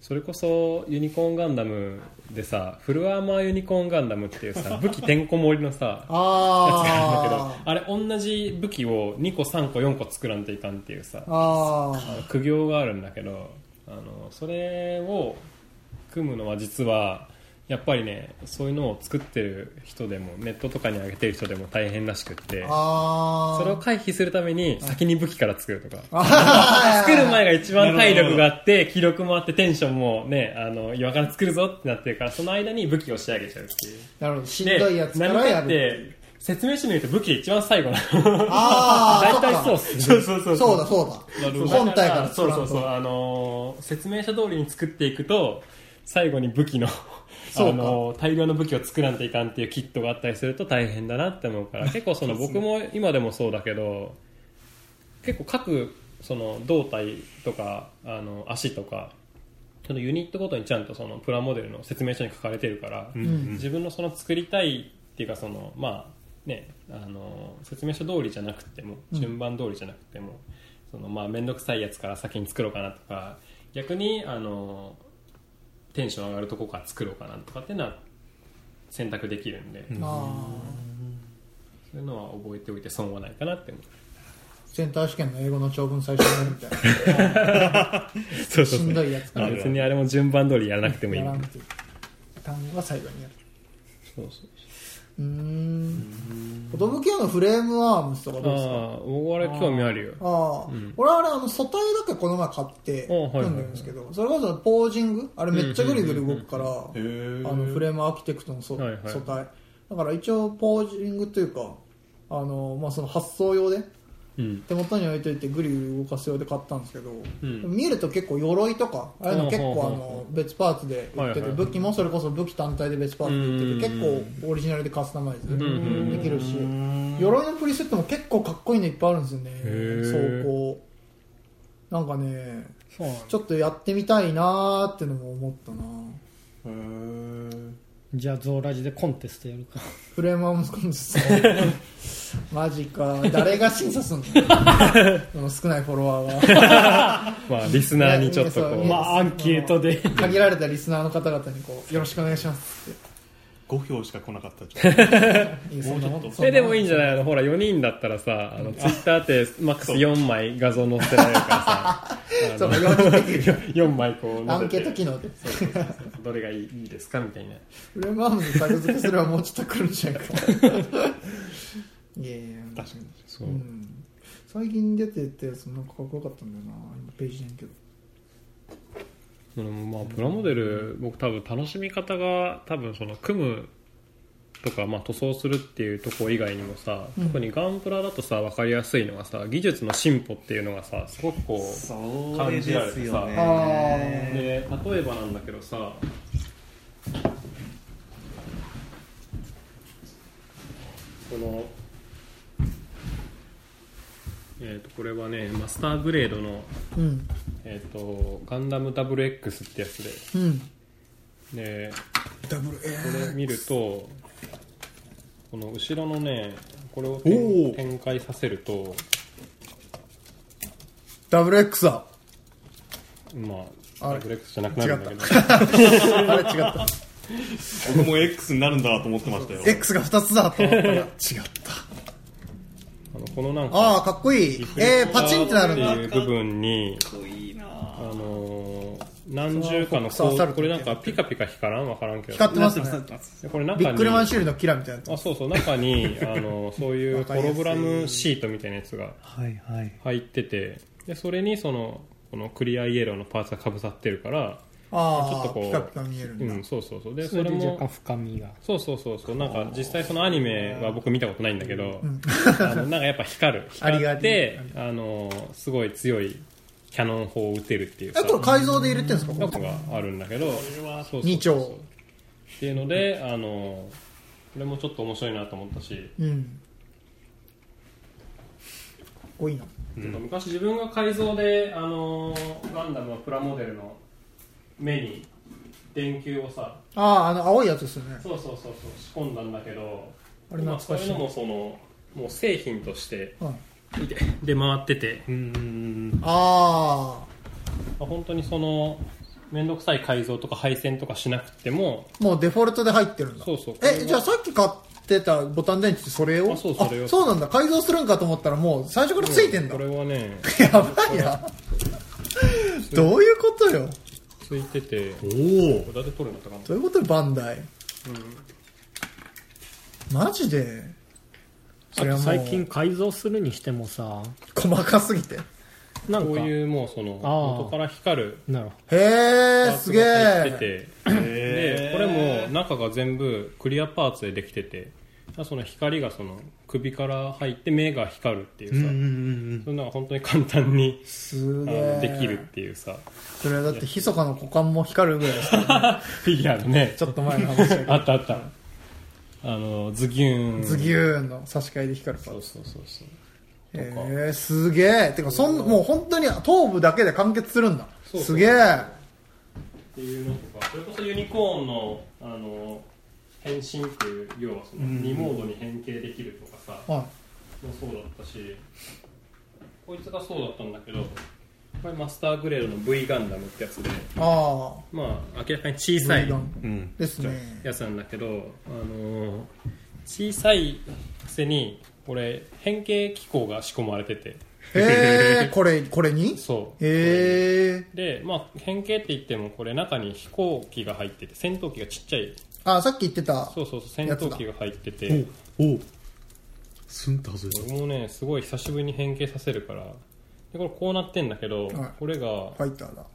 Speaker 5: それこそユニコーンガンダムでさフルアーマーユニコーンガンダムっていうさ武器てんこ盛りのさだけど
Speaker 3: ああ
Speaker 5: あれ同じ武器を2個3個4個作らんといかんっていうさ
Speaker 3: ああ
Speaker 5: 苦行があるんだけどあのそれを組むのは実はやっぱりねそういうのを作ってる人でもネットとかに上げてる人でも大変らしくって
Speaker 3: あ
Speaker 5: それを回避するために先に武器から作るとか
Speaker 3: あ
Speaker 5: 作る前が一番体力があって気力もあってテンションもねあの今から作るぞってなってるからその間に武器を仕上げちゃうっていう
Speaker 3: なるほどしんどいやつから
Speaker 5: で
Speaker 3: や
Speaker 5: 何かっ
Speaker 3: る
Speaker 5: て説明書に言うと武器が一番最後なの
Speaker 3: あ
Speaker 5: 大
Speaker 3: あ
Speaker 5: 体そうっ
Speaker 3: そ
Speaker 5: すね
Speaker 1: そうそうそうう
Speaker 3: そうだそうだ本体から
Speaker 5: そうそう
Speaker 3: 作
Speaker 5: そ
Speaker 3: ら
Speaker 5: うん
Speaker 3: と
Speaker 5: あのー説明書通りに作っていくと最後に武器のあ
Speaker 3: うか
Speaker 5: のー大量の武器を作らんといかんっていうキットがあったりすると大変だなって思う から結構その僕も今でもそうだけど結構各その胴体とかあの足とかそのユニットごとにちゃんとそのプラモデルの説明書に書かれてるから、自分のその作りたいっていうかそのまあねあの説明書通りじゃなくても順番通りじゃなくても、そのまあ面倒くさいやつから先に作ろうかなとか逆にあのテンション上がるとこから作ろうかなとかっていうのは選択できるんで、
Speaker 3: あー
Speaker 5: そういうのは覚えておいて損はないかなって思う
Speaker 3: センター試験の英語の長文最初にやるみたいな
Speaker 5: そう
Speaker 3: しんどいやつから
Speaker 5: 別にあれも順番通りやらなくてもいい
Speaker 3: やら
Speaker 5: そ
Speaker 3: ん
Speaker 5: う
Speaker 3: っていう単語が最後にやる
Speaker 5: そう
Speaker 3: うーん寿屋のフレームアームズとかどうですか
Speaker 5: ああ僕あれ興味あるよ
Speaker 3: ああ、俺はあれあの素体だけこの前買って
Speaker 5: おはいはい
Speaker 3: 読んでるんですけど、それこそポージングあれめっちゃぐりぐり動くから、
Speaker 1: へ
Speaker 3: あのフレームアーキテクトの素,、
Speaker 5: はいはい
Speaker 3: 素体だから一応ポージングというかあの、まあ、その発想用で
Speaker 5: うん
Speaker 3: 手元に置いといてぐりぐり動かす用で買ったんですけど、
Speaker 5: ん
Speaker 3: 見ると結構鎧とかああいうの結構
Speaker 5: ほう
Speaker 3: あ
Speaker 5: ほうほう
Speaker 3: の別パーツで売ってて、
Speaker 5: はいはい
Speaker 3: 武器もそれこそ武器単体で別パーツで売ってて
Speaker 5: うん
Speaker 3: 結構オリジナルでカスタマイズ
Speaker 5: ん
Speaker 3: できるし、鎧のプリセットも結構かっこいいのいっぱいあるんですよね
Speaker 5: ー
Speaker 3: 走行なんかね
Speaker 2: そうなんだ
Speaker 3: ちょっとやってみたいなーってのも思ったな
Speaker 1: へー
Speaker 2: じゃあゾーラジでコンテストやるか
Speaker 3: フレームアームズコンテ ストマジか誰が審査すんのこの少ないフォロワーが
Speaker 5: まあリスナーにちょっとこ
Speaker 3: いや
Speaker 5: う
Speaker 3: いや
Speaker 2: まあアンケートで
Speaker 3: 限られたリスナーの方々にこうよろしくお願いしますっ
Speaker 1: 5票しか来なかったじゃん
Speaker 3: ていやそんなもん
Speaker 1: もうちょっと
Speaker 3: そんなも
Speaker 5: えでもいいんじゃ
Speaker 3: ない
Speaker 5: ないあのほら4人だったらさあのツイッターってマックス4枚画像載せられるから
Speaker 3: そ
Speaker 5: さ
Speaker 3: うか4人できる
Speaker 5: 4枚こう
Speaker 3: アン
Speaker 5: 載
Speaker 3: ケ
Speaker 5: せ
Speaker 3: ート
Speaker 5: て
Speaker 3: 機能で
Speaker 5: どれがいいいいですかみたいな
Speaker 3: フレームアームズタグ付けすればもうちょっと来るんじゃないか いやいや、
Speaker 1: 確かに
Speaker 5: そううん
Speaker 3: 最近出ててそのなんかかっこよかったんだよな今ページねんけど
Speaker 5: でもまあプラモデル僕多分楽しみ方が多分その組むとか、まあ、塗装するっていうとこ以外にもさ、
Speaker 3: うん
Speaker 5: 特にガンプラだとさ分かりやすいのがさ技術の進歩っていうのがさすごくこう
Speaker 1: そ
Speaker 3: 感
Speaker 1: れですよね
Speaker 3: じられてさ
Speaker 5: で例えばなんだけどさこのえー、とこれはねマスターグレードの、
Speaker 3: うん
Speaker 5: えー、とガンダム WX ってやつで
Speaker 3: うん
Speaker 5: で
Speaker 3: ダブル
Speaker 5: こ
Speaker 3: A
Speaker 5: れ見るとこの後ろのねこれを
Speaker 1: お
Speaker 5: 展
Speaker 1: ー
Speaker 5: 展開させると
Speaker 3: ダブル X だ
Speaker 5: まあ
Speaker 3: あれ
Speaker 5: WX じゃなくなるんだけど
Speaker 3: あれ違った
Speaker 1: 僕も X になるんだと思ってましたよ
Speaker 3: X が2つだと思ったら違った
Speaker 5: あのこのなんか
Speaker 3: ああかっこいいえー、パチンってなるん
Speaker 5: ってい
Speaker 3: だ
Speaker 5: う部分に
Speaker 1: いいな
Speaker 5: あのー何重かの
Speaker 3: それはフォックスアサル
Speaker 5: こ
Speaker 3: ト
Speaker 5: れ
Speaker 3: みた
Speaker 5: ないん
Speaker 3: な
Speaker 5: かピカピカ光らんわからんけど
Speaker 3: 光ってますね
Speaker 5: でこれ中に
Speaker 3: ビックルマンシールのキラみたいなや
Speaker 5: あそうそう中 にあのーそういう
Speaker 3: わか
Speaker 5: ホ
Speaker 3: りやす
Speaker 5: ログ
Speaker 3: い
Speaker 5: ラムシートみたいなやつが
Speaker 4: はいはい。
Speaker 5: 入っててでそれにそのこのクリアイエローのパーツがかぶさってるから、ち
Speaker 3: あ
Speaker 5: ょっ
Speaker 3: あ
Speaker 5: とこう
Speaker 3: ピカピカ見えるん
Speaker 5: う
Speaker 3: だ、
Speaker 5: ん、そうそうそうで
Speaker 2: そ
Speaker 5: そ
Speaker 2: れ
Speaker 5: れ
Speaker 2: で若干
Speaker 5: も
Speaker 2: 深みが
Speaker 5: そうそうそうそうなんか実際そのアニメは僕見たことないんだけど、あのなんかやっぱ光る
Speaker 3: あり
Speaker 5: 光
Speaker 3: が
Speaker 5: っ
Speaker 3: とう
Speaker 5: てあのーすごい強いキャノン砲を撃てるっていうさ
Speaker 3: えこれ改造で入れてるんですか
Speaker 5: なんか
Speaker 3: これ
Speaker 5: があるんだけどそうそうそう
Speaker 3: 二丁
Speaker 5: っていうのであのこれもちょっと面白いなと思ったし、
Speaker 3: うん多いな
Speaker 5: 昔自分が改造であのガンダムのプラモデルの目に電球をさ
Speaker 3: あああの青いやつですよね
Speaker 5: そうそうそうそう仕込んだんだけど
Speaker 3: あれ懐かし
Speaker 5: ま
Speaker 3: い
Speaker 5: あそういうのもそのもう製品として
Speaker 3: うん
Speaker 5: で回ってて、
Speaker 1: うんうんうん
Speaker 3: あ
Speaker 5: まあ、本当にその面倒くさい改造とか配線とかしなくても
Speaker 3: あもうデフォルトで入ってるんだ
Speaker 5: そうそう
Speaker 3: えじゃあさっき買ってたボタン電池ってそれを
Speaker 5: あそうそれを
Speaker 3: あそうなんだ改造するんかと思ったらもう最初からついてんだ
Speaker 5: これはね
Speaker 3: やばいなどういうことよ
Speaker 5: すついてて
Speaker 4: おお
Speaker 5: 無駄で取るのとかも
Speaker 3: どういうことバンダイマジでそれ
Speaker 2: あ
Speaker 3: は
Speaker 2: と
Speaker 3: もう
Speaker 2: 最近改造するにしてもさ
Speaker 3: 細かすぎて
Speaker 2: なんか
Speaker 5: こういうもうその
Speaker 2: あー
Speaker 5: 元から光る
Speaker 2: なるほ
Speaker 3: へ
Speaker 5: パ
Speaker 3: え
Speaker 5: ー
Speaker 3: す
Speaker 5: ツ
Speaker 3: げ
Speaker 5: が入ってて
Speaker 3: え
Speaker 5: でこれも中が全部クリアパーツでできててその光がその首から入って目が光るっていうさ、そんなのが本当に簡単に
Speaker 3: す
Speaker 5: あ
Speaker 3: げ
Speaker 5: の
Speaker 3: え
Speaker 5: できるっていうさ
Speaker 3: それはだって密かの股間も光るぐらいですからね
Speaker 5: フィギュアのね
Speaker 3: ちょっと前の話だけど
Speaker 5: あったあったあのズギューン
Speaker 3: ズギューンの差し替えで光るパ
Speaker 5: そ
Speaker 3: ー
Speaker 5: う
Speaker 3: ツ
Speaker 5: そうそうそう
Speaker 3: へえすげえてかそんもう本当に頭部だけで完結するんだ
Speaker 5: そう
Speaker 3: すげえ
Speaker 5: っていうのとかそれこそユニコーンのあの変身っていう要はその2モードに変形できるとかさ、
Speaker 3: は
Speaker 5: もそうだったしこいつがそうだったんだけどこれマスターグレードの V ガンダムってやつで
Speaker 3: いあ
Speaker 5: まあ明らかに小
Speaker 3: あ
Speaker 5: さい
Speaker 1: うん
Speaker 3: ですね
Speaker 5: やつなんだけど、あのー小さいくせにこれ変形機構が仕込まれてて
Speaker 3: へえこれこれに
Speaker 5: そう
Speaker 3: へえ
Speaker 5: で、まあ、変形って言ってもこれ中に飛行機が入ってて戦闘機がちっちゃい
Speaker 3: あさっき言ってた
Speaker 5: そうそうそう戦闘機が入ってて
Speaker 1: おおスンと外れ
Speaker 5: 僕もねすごい久しぶりに変形させるからでこれこうなってんだけど、
Speaker 3: はい
Speaker 5: これ が
Speaker 3: ファイターだ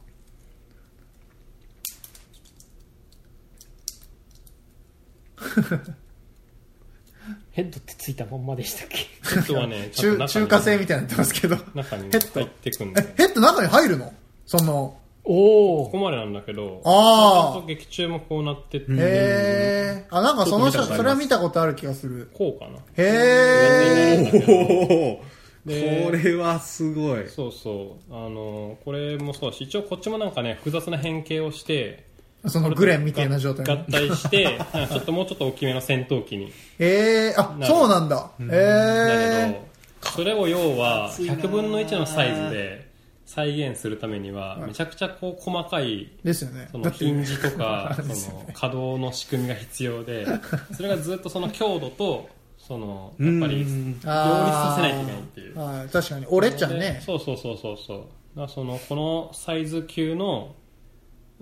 Speaker 2: どヘッドってついたまんまでしたっけ
Speaker 5: ヘッドはね、ちゃんと
Speaker 3: 中
Speaker 5: 中
Speaker 3: 中
Speaker 5: に
Speaker 3: 華製みたいになってますけど
Speaker 5: 中に
Speaker 3: ヘッド
Speaker 5: 入ってくんだ
Speaker 3: え
Speaker 5: よね
Speaker 3: ヘッド中に入るのその
Speaker 2: お
Speaker 5: ここ
Speaker 2: お
Speaker 5: までなんだけど、
Speaker 3: あー
Speaker 5: ちゃんと劇中もこうなってて、
Speaker 3: へえあなんかその
Speaker 5: ちょっと見たことあります
Speaker 3: それは見たこ
Speaker 5: こ
Speaker 3: とある気がする
Speaker 5: うかな。
Speaker 3: へえ
Speaker 1: おおこ
Speaker 5: で
Speaker 1: れはすごい
Speaker 5: そうそう。あの、これもそうだし、一応こっちもなんかね、複雑な変形をして、
Speaker 3: そのグレンみたいな状態
Speaker 5: 合体して、 なんかちょっともうちょっと大きめの戦闘機に。
Speaker 3: へえあ
Speaker 5: なる
Speaker 3: そうなんだ
Speaker 5: だけ
Speaker 3: へえ
Speaker 5: ど、それを要は、100分の1のサイズで再現するためには、めちゃくちゃこう細かい
Speaker 3: ですよね
Speaker 5: そ
Speaker 3: だ
Speaker 5: の
Speaker 3: って
Speaker 5: ヒンジとか
Speaker 3: あれです
Speaker 5: そ
Speaker 3: よね
Speaker 5: の可動の仕組みが必要 でそれがずっとその強度とそのやっぱり両立させないといけないっていう
Speaker 3: はい確かに俺っちゃんね
Speaker 5: そうそうそうそうそうだからそのこのサイズ級の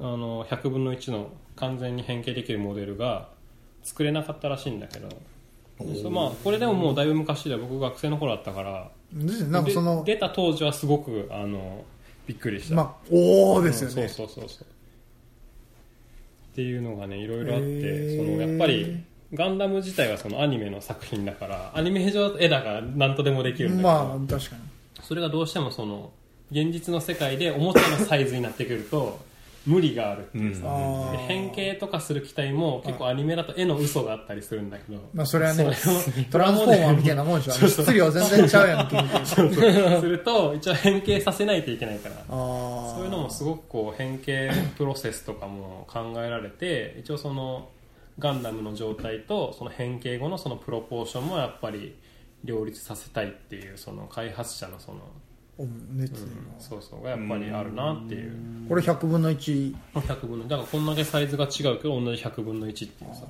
Speaker 5: あの100分の1の完全に変形できるモデルが作れなかったらしいんだけどでそうまあこれでももうだいぶ昔で僕学生の頃だったから
Speaker 3: ですよねなんかその
Speaker 5: で出た当時はすごくあのびっくりした、
Speaker 3: まあおおですよ
Speaker 5: うん
Speaker 3: ね
Speaker 5: そうそうそうそうっていうのがねいろいろあって、
Speaker 3: へー
Speaker 5: そのやっぱりガンダム自体はそのアニメの作品だからアニメ上は絵だから何とでもできるんだけど、
Speaker 3: まあ確かに
Speaker 5: それがどうしてもその現実の世界でおもちゃのサイズになってくると無理があるっていうさ、
Speaker 3: あ
Speaker 5: で
Speaker 3: ー
Speaker 5: 変形とかする機体も結構アニメだと絵の嘘があったりするんだけど、
Speaker 3: まあそれはね
Speaker 5: それを
Speaker 3: トランスフォーマーみたいなもんでしょあの質量全然ちゃうやんけみたい な
Speaker 5: すると一応変形させないといけないから
Speaker 3: あ
Speaker 5: そういうのもすごくこう変形プロセスとかも考えられて一応そのガンダムの状態とその変形後のそのプロポーションもやっぱり両立させたいっていうその開発者のその、
Speaker 3: お熱意が
Speaker 5: そうそうがやっぱりあるなっていう
Speaker 3: これ100分の1
Speaker 5: 100分のだからこんだけサイズが違うけど同じ100分の1っていうさ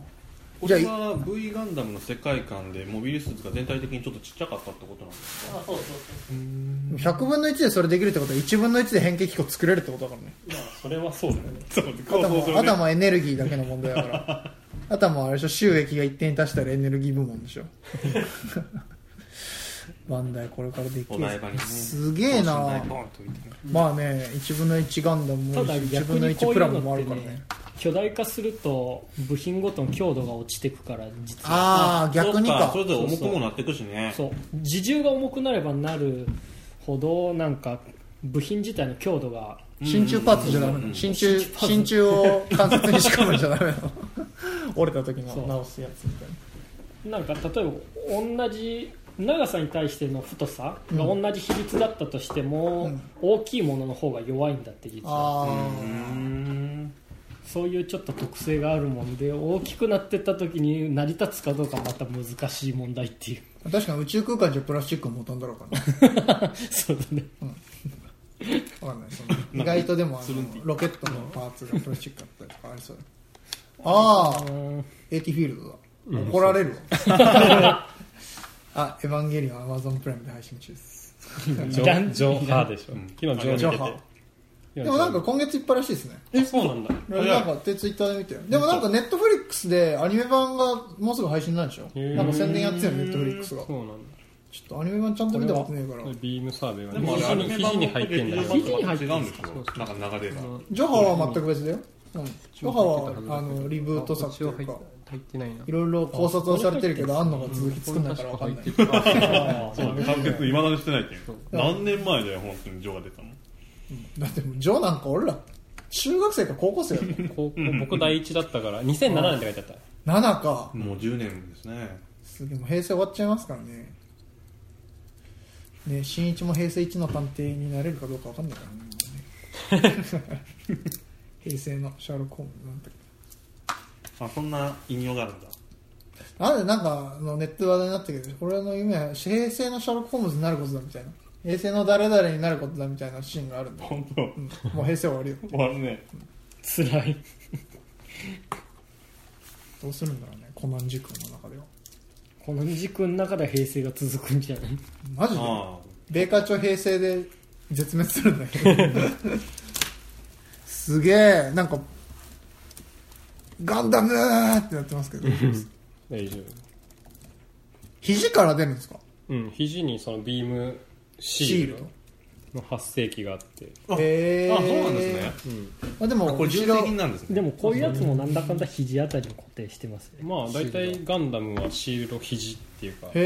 Speaker 1: これは V ガンダムの世界観でモビルスーツが全体的にちょっとちっちゃかったってことなんですか
Speaker 5: そうそう
Speaker 3: 100分の1でそれできるってことは1分の1で変形機構作れるってことだからね
Speaker 5: まあそれはそうだよね
Speaker 1: そう
Speaker 3: あとはもうあとはもうエネルギーだけの問題だからあとはもうあれでしょ収益が一定に達したらエネルギー部門でしょバンダイこれからでき
Speaker 1: お
Speaker 3: る
Speaker 1: 台場にね
Speaker 3: すげえなまあね1分の1ガンダムも
Speaker 2: た
Speaker 3: あるし
Speaker 2: だ
Speaker 3: 1
Speaker 2: 逆
Speaker 3: 分の
Speaker 2: にこ
Speaker 3: 1
Speaker 2: うい
Speaker 3: プラ
Speaker 2: う
Speaker 3: モも
Speaker 2: の
Speaker 3: あ
Speaker 2: っ
Speaker 3: る
Speaker 2: て
Speaker 3: から
Speaker 2: ね
Speaker 3: ね
Speaker 2: 巨大化すると部品ごとの強度が落ちてくから実は
Speaker 3: ああ逆にか
Speaker 1: それぞれ重くもなってくしね
Speaker 2: そう自重が重くなればなるほどなんか部品自体の強度が
Speaker 3: 真鍮パーツじゃダメなの真鍮真鍮を関節に仕込むんじゃダメな の折れた時の直すやつみたいな
Speaker 2: なんか例えば同じ長さに対しての太さが
Speaker 3: うん
Speaker 2: 同じ比率だったとしても、
Speaker 3: うん
Speaker 2: 大きいものの方が弱いんだって実は
Speaker 3: あ
Speaker 1: うん
Speaker 2: そういうちょっと特性があるもんで大きくなってった時に成り立つかどうかまた難しい問題っていう
Speaker 3: あ確かに宇宙空間じゃプラスチック持たんだろうか な
Speaker 2: そうだね
Speaker 3: わかんないその意外とでもあのロケットのパーツがプラスチックだったりとかありそうだああ
Speaker 2: うん
Speaker 3: エイティフィールドだ怒られるわ あエヴァンゲリオンアマゾンプライムで配信中です
Speaker 5: ジョジョハーでしょ昨日ジョ
Speaker 3: ジ
Speaker 5: ー
Speaker 3: ョ
Speaker 5: 見て
Speaker 3: ハ
Speaker 5: てで
Speaker 3: でもなんか今月いっぱいらしいですね
Speaker 5: えそうなんだ
Speaker 1: い
Speaker 3: なんかってツイッターで見てでもなんかネットフリックスでアニメ版がもうすぐ配信なんでしょ
Speaker 5: へー
Speaker 3: なんか宣伝やってたよネットフリックスがち
Speaker 5: そ
Speaker 3: ょ
Speaker 5: うなん
Speaker 3: っとアニメ版ちゃんと見たことねえから
Speaker 5: だビームサーベイは
Speaker 1: で
Speaker 5: ね
Speaker 1: もあれ、アニメ版
Speaker 5: 肘に
Speaker 1: の
Speaker 5: 入ってんだ
Speaker 2: 肘に
Speaker 5: よ
Speaker 2: 入ってんだ
Speaker 1: 違うんですよ。なんか流れが。
Speaker 3: ジョハは全く別だよ、うん、ジョハ
Speaker 5: うん
Speaker 3: はあのリブート作というか
Speaker 5: 入ってないない
Speaker 3: ろいろ考察をされてるけどあんのが続き作んないから分かんない
Speaker 5: 俺確か入ってた
Speaker 1: そう、完結未だにしてないけど。何年前だよ、本当にジョーが出たの。
Speaker 3: だってもうジョーなんか俺ら中学生か高校生だも ん
Speaker 5: 高校僕第一だったから2007年って書いてあった
Speaker 3: 7か
Speaker 1: もう10年ですね。
Speaker 3: すげえもう平成終わっちゃいますからねね新一も平成一の探偵になれるかどうか分かんないからねもうね平成のシャーロック・ホームズなんだっけ
Speaker 1: あ、そんな引用があるんだ。
Speaker 3: なんでなんかあのネットで話題になったけど俺の夢は平成のシャーロック・ホームズになることだみたいな平成の誰々になることだみたいなシーンがあるんだよ、
Speaker 1: 本
Speaker 3: う
Speaker 1: 当。
Speaker 3: ん、もう平成終わるよ
Speaker 1: 終わるね。
Speaker 2: つらい
Speaker 3: どうするんだろうねコナン時空の中では
Speaker 2: この二軸の中で平成が続くんじゃない
Speaker 3: マジで
Speaker 1: あ
Speaker 3: 米花町平成で絶滅するんだけどすげえなんかガンダムーってなってますけど
Speaker 5: 大丈夫
Speaker 3: 肘から出るんですか
Speaker 5: うん肘にそのビームシ
Speaker 3: シ
Speaker 5: ー
Speaker 3: ー
Speaker 5: ル
Speaker 3: ル
Speaker 5: ドの発生器があって
Speaker 3: ド
Speaker 1: あ
Speaker 3: へ
Speaker 1: あ。あ、そうなんですね。
Speaker 3: まあ、でも
Speaker 1: あこれ、
Speaker 3: 後
Speaker 1: 重
Speaker 3: ろ
Speaker 1: 責なんですね。
Speaker 2: でもこういうやつもなんだかんだ肘あたりに固定してますね
Speaker 5: まあ大体ガンダムはシールド肘っていうかこう
Speaker 3: へ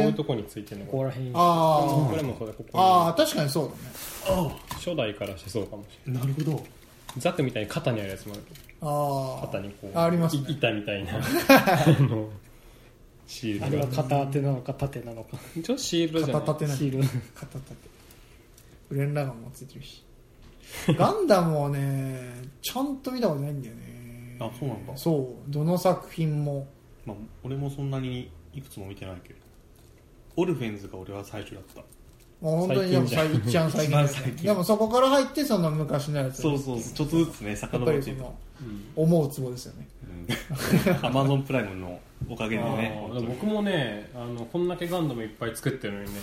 Speaker 5: いう
Speaker 3: え
Speaker 5: とこについてるの
Speaker 2: ここ
Speaker 5: が
Speaker 2: ら辺
Speaker 3: あ
Speaker 5: これもそうだこ
Speaker 3: あああ
Speaker 5: こ
Speaker 3: 確かにそうだね
Speaker 5: に初代からしてそうかもしれない
Speaker 1: なるほど。
Speaker 5: ザクみたいに肩にあるやつもあるけど
Speaker 3: あ
Speaker 5: 肩にこう
Speaker 3: あありますね
Speaker 5: い板みたい なあのシー
Speaker 2: あ
Speaker 5: ル
Speaker 2: れは
Speaker 5: ドが
Speaker 2: 片手なのか縦なのか
Speaker 5: 一応シールド
Speaker 3: あ
Speaker 5: じゃ
Speaker 3: 片
Speaker 5: ない
Speaker 3: 立てない
Speaker 2: シール
Speaker 3: 片立てフレンラガンもついてるしガンダムはねちゃんと見たことないんだよね
Speaker 1: あそうなんだ
Speaker 3: そうどの作品も
Speaker 1: まあ、俺もそんなにいくつも見てないけど。オルフェンズが俺は最初だった。
Speaker 3: もう本当にでも最一番最近ですね
Speaker 1: 一番最近
Speaker 3: でもそこから入ってその昔のやつ
Speaker 1: そうそう、ちょっとずつね、
Speaker 3: やっ
Speaker 1: 遡
Speaker 3: ぱ
Speaker 1: っ
Speaker 3: り
Speaker 1: て
Speaker 3: そ
Speaker 1: いく。
Speaker 3: の思うツボですよね
Speaker 1: アマゾンプライムのおかげでね。
Speaker 5: あー
Speaker 1: 本当に
Speaker 5: 僕もねあのこんだけガンダムいっぱい作ってるのにね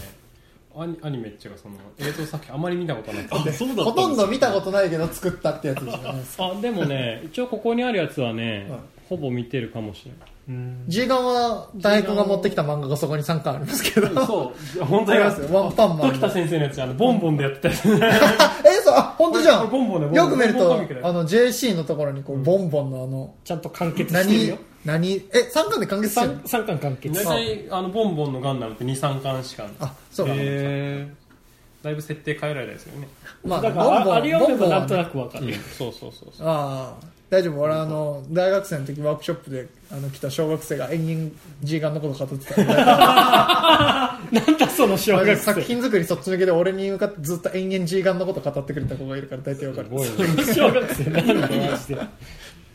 Speaker 5: アニアニメっていうかその映像作品あまり見たことなくて
Speaker 1: あ、そうだった
Speaker 3: ほとんど
Speaker 1: で
Speaker 3: 見たことないけど作ったってやつじゃないですか
Speaker 5: あでもね一応ここにあるやつはね、ほぼ見てるかもしれない
Speaker 1: すうん。
Speaker 3: G ガンは大学が持ってきた漫画がそこに3巻ありますけど
Speaker 5: そう本当
Speaker 3: あ
Speaker 5: に
Speaker 3: り
Speaker 5: あり
Speaker 3: ま
Speaker 5: ますす
Speaker 3: よ ワンパンマン
Speaker 5: 時田先生のやつあのボンボンでやってたやつ
Speaker 3: あえそうあ本当じゃ
Speaker 5: これこれボンボンだボンボ
Speaker 3: ん
Speaker 5: ン
Speaker 3: よく見る
Speaker 5: ボンボン
Speaker 3: と
Speaker 5: コミックだよ
Speaker 3: あの JC のところにこうボンボンのあの
Speaker 2: ちゃんと完結してる
Speaker 3: 何
Speaker 2: よ
Speaker 3: 何え三3巻で完結してる
Speaker 2: 3, 三巻完結
Speaker 5: 大体あのボンボンのガンダムって23巻しか
Speaker 3: あそうだ、
Speaker 1: へー
Speaker 5: だいぶ設定変えられたですよね、
Speaker 3: まあ
Speaker 2: だからああれ読むと
Speaker 3: は
Speaker 2: な
Speaker 3: ね
Speaker 2: んとなくわかる、
Speaker 5: そうそうそうそう
Speaker 3: ああ大丈夫俺あの大学生の時ワークショップであの来た小学生が延々 G ガンのこと語ってたから
Speaker 2: なんだその 小学
Speaker 3: 作
Speaker 2: 生
Speaker 3: 品作りそっち抜けで俺に向かってずっと延々 G ガンのこと語ってくれた子がいるから大体わかる
Speaker 5: すごいね
Speaker 2: 小学生なんでマジで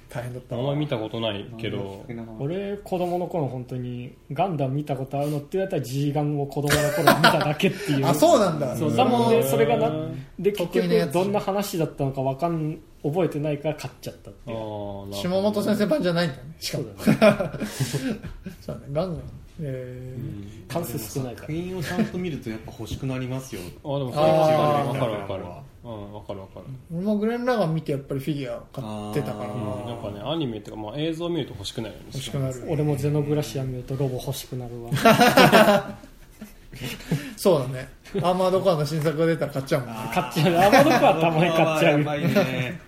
Speaker 3: 大変だった
Speaker 5: あんまり見たことないけど
Speaker 2: 俺子供の頃本当にガンダム見たことあるのって言われたら G ガンを子供の頃見ただけっていう
Speaker 3: あそうなんだ
Speaker 2: そう
Speaker 3: うん
Speaker 2: だもんねそれがなで結
Speaker 3: 得意なや
Speaker 2: 局
Speaker 3: つ
Speaker 2: どんな話だったのかわかん覚えてないから買っちゃったって
Speaker 5: あ
Speaker 2: いう
Speaker 5: ーなる
Speaker 3: 下
Speaker 5: ほど
Speaker 3: 本先生版じゃないんだよねしか
Speaker 2: そ
Speaker 3: も
Speaker 2: うだね
Speaker 3: そうだねガンガンえー
Speaker 2: 関数少ないか
Speaker 1: 作
Speaker 2: ら
Speaker 1: 品をちゃんと見るとやっぱ欲しくなりますよ。
Speaker 5: あでもそれ
Speaker 3: あ
Speaker 5: は
Speaker 3: ー
Speaker 5: 分かる分かる分かるうん分かる分かる
Speaker 3: 俺もグレン・ラガン見てやっぱりフィギュア買ってたから
Speaker 1: あ
Speaker 5: うんやっぱねアニメっていうか、まあ、映像を見ると欲しくなるよね
Speaker 3: 欲しくなる
Speaker 2: 俺もゼノグラシア見るとロボ欲しくなるわ
Speaker 3: そうだねアーマードコアの新作が出たら買っちゃうもんね
Speaker 2: 買っちゃうアマドコアたまに買っちゃう
Speaker 1: やばいね。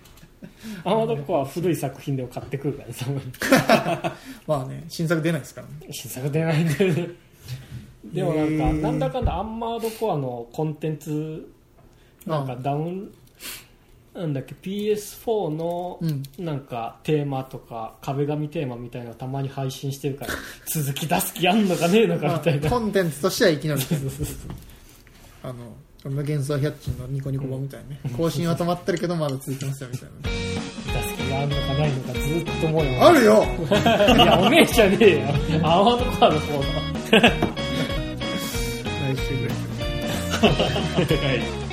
Speaker 2: アマドコアは古い作品でも買ってくるからねたまに
Speaker 3: まあね新作出ないですから ね
Speaker 2: 新作出ないんだよねでもなんかなんだかんだアンマードコアのコンテンツなんかダウンなんだっけ PS4 の
Speaker 3: うん
Speaker 2: なんかテーマとか壁紙テーマみたいなのたまに配信してるから 続き出す気あんのかねえのかみたい
Speaker 3: まあ
Speaker 2: な
Speaker 3: コンテンツとしては生き延びてるあのこんな幻想百均のニコニコ版みたいなね更新は止まってるけどまだ続きますよみたい
Speaker 2: 出す気があんのかないのかずっと思うよ
Speaker 3: なあるよ
Speaker 2: いやおめえじゃねえよアンマードコアの方だ
Speaker 3: 来週ぐらい
Speaker 1: はい。